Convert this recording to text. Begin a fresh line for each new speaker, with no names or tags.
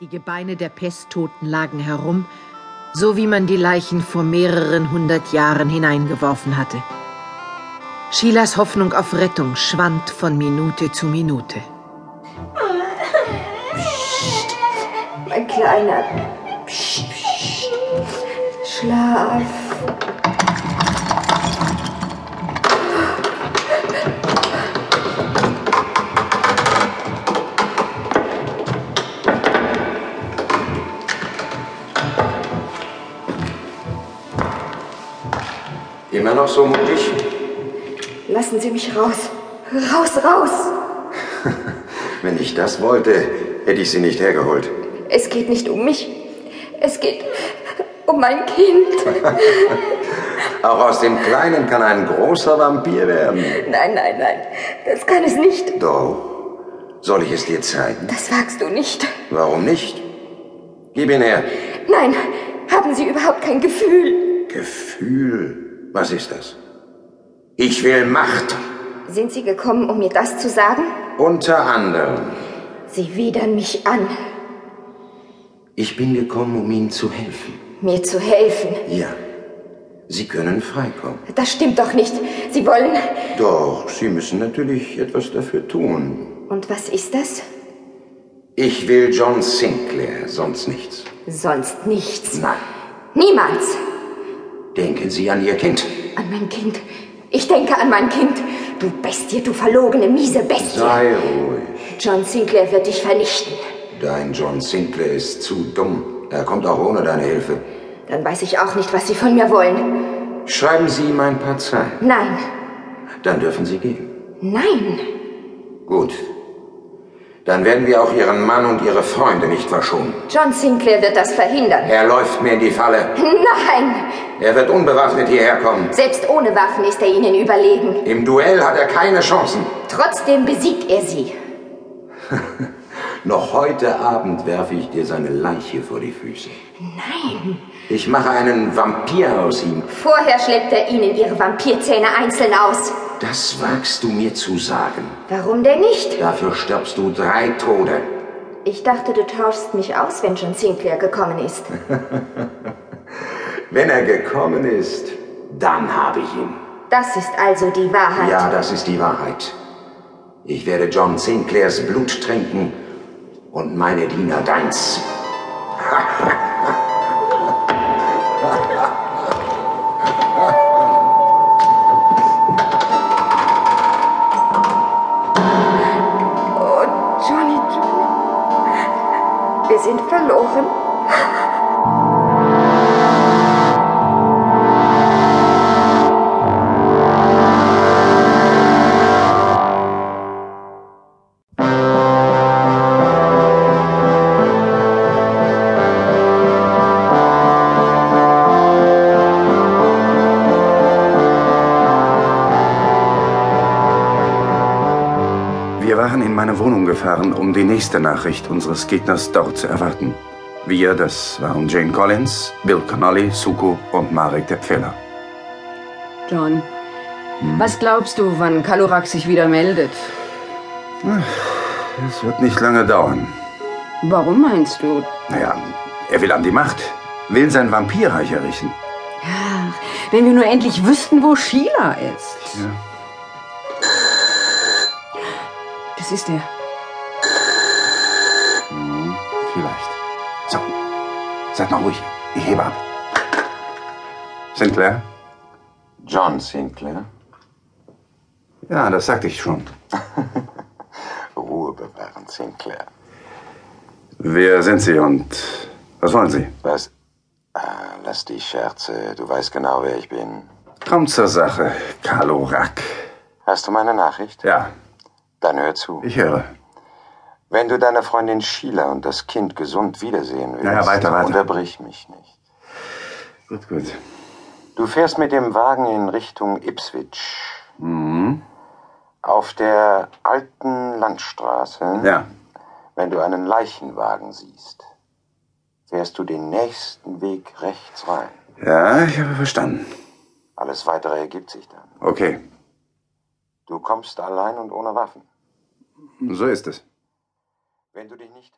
Die Gebeine der Pesttoten lagen herum, so wie man die Leichen vor mehreren hundert Jahren hineingeworfen hatte. Sheilas Hoffnung auf Rettung schwand von Minute zu Minute.
Mein Kleiner. Psst, psst. Schlaf.
Immer noch so mutig?
Lassen Sie mich raus. Raus, raus.
Wenn ich das wollte, hätte ich sie nicht hergeholt.
Es geht nicht um mich. Es geht um mein Kind.
Auch aus dem Kleinen kann ein großer Vampir werden.
Nein, nein, nein. Das kann es nicht.
Doch. Soll ich es dir zeigen?
Das wagst du nicht.
Warum nicht? Gib ihn her.
Nein, haben Sie überhaupt kein Gefühl?
Gefühl. Was ist das? Ich will Macht.
Sind Sie gekommen, um mir das zu sagen?
Unter anderem.
Sie widern mich an,
Ich bin gekommen, um Ihnen zu helfen.
mir zu helfen.
Ja. Sie können freikommen.
Das stimmt doch nicht. Sie wollen.
Doch, Sie müssen natürlich etwas dafür tun.
Und was ist das?
Ich will John Sinclair, sonst nichts.
Sonst nichts.
Nein.
Niemals.
Denken Sie an Ihr Kind.
An mein Kind. Ich denke an mein Kind. Du Bestie, du verlogene, miese Bestie.
Sei ruhig.
John Sinclair wird dich vernichten.
Dein John Sinclair ist zu dumm. Er kommt auch ohne deine Hilfe.
Dann weiß ich auch nicht, was Sie von mir wollen.
Schreiben Sie ihm ein paar Zeilen.
Nein.
Dann dürfen Sie gehen.
Nein.
Gut. Dann werden wir auch Ihren Mann und Ihre Freunde nicht verschonen.
John Sinclair wird das verhindern.
Er läuft mir in die Falle.
Nein.
Er wird unbewaffnet hierher kommen.
Selbst ohne Waffen ist er Ihnen überlegen.
Im Duell hat er keine Chancen.
Trotzdem besiegt er Sie.
Noch heute Abend werfe ich dir seine Leiche vor die Füße.
Nein.
Ich mache einen Vampir aus ihm.
Vorher schlägt er Ihnen Ihre Vampirzähne einzeln aus.
Das wagst du mir zu sagen.
Warum denn nicht?
Dafür stirbst du drei Tode.
Ich dachte, du tauschst mich aus, wenn John Sinclair gekommen ist.
Wenn er gekommen ist, dann habe ich ihn.
Das ist also die Wahrheit.
Ja, das ist die Wahrheit. Ich werde John Sinclairs Blut trinken und meine Diener deins.
Oh, Johnny, Johnny. Wir sind verloren.
Wir waren in meine Wohnung gefahren, um die nächste Nachricht unseres Gegners dort zu erwarten. Wir, das waren Jane Collins, Bill Connolly, Suko und Marek der Pfeller.
John, was glaubst du, wann Kalurak sich wieder meldet?
Es wird nicht lange dauern.
Warum meinst du?
Naja, er will an die Macht, will sein Vampirreich errichten.
Wenn wir nur endlich wüssten, wo Sheila ist.
Ja.
Das ist er.
Vielleicht. So, seid mal ruhig. Ich hebe ab. Sinclair?
John Sinclair?
Ja, das sagte ich schon.
Ruhe bewahren, Sinclair.
Wer sind Sie und was wollen Sie?
Was? Ah, lass die Scherze. Du weißt genau, wer ich bin.
Kommt zur Sache, Carlo Rack.
Hast du meine Nachricht?
Ja,
Dann hör zu.
ich höre.
Wenn du deine Freundin Sheila und das Kind gesund wiedersehen willst,
Ja, ja, weiter, weiter.
unterbrich mich nicht.
Gut, gut.
Du fährst mit dem Wagen in Richtung Ipswich.
Hm?
Auf der alten Landstraße,
Ja,
wenn du einen Leichenwagen siehst, fährst du den nächsten Weg rechts rein.
ja, ich habe verstanden.
Alles weitere ergibt sich dann.
Okay,
Du kommst allein und ohne Waffen.
so ist es.
Wenn du dich nicht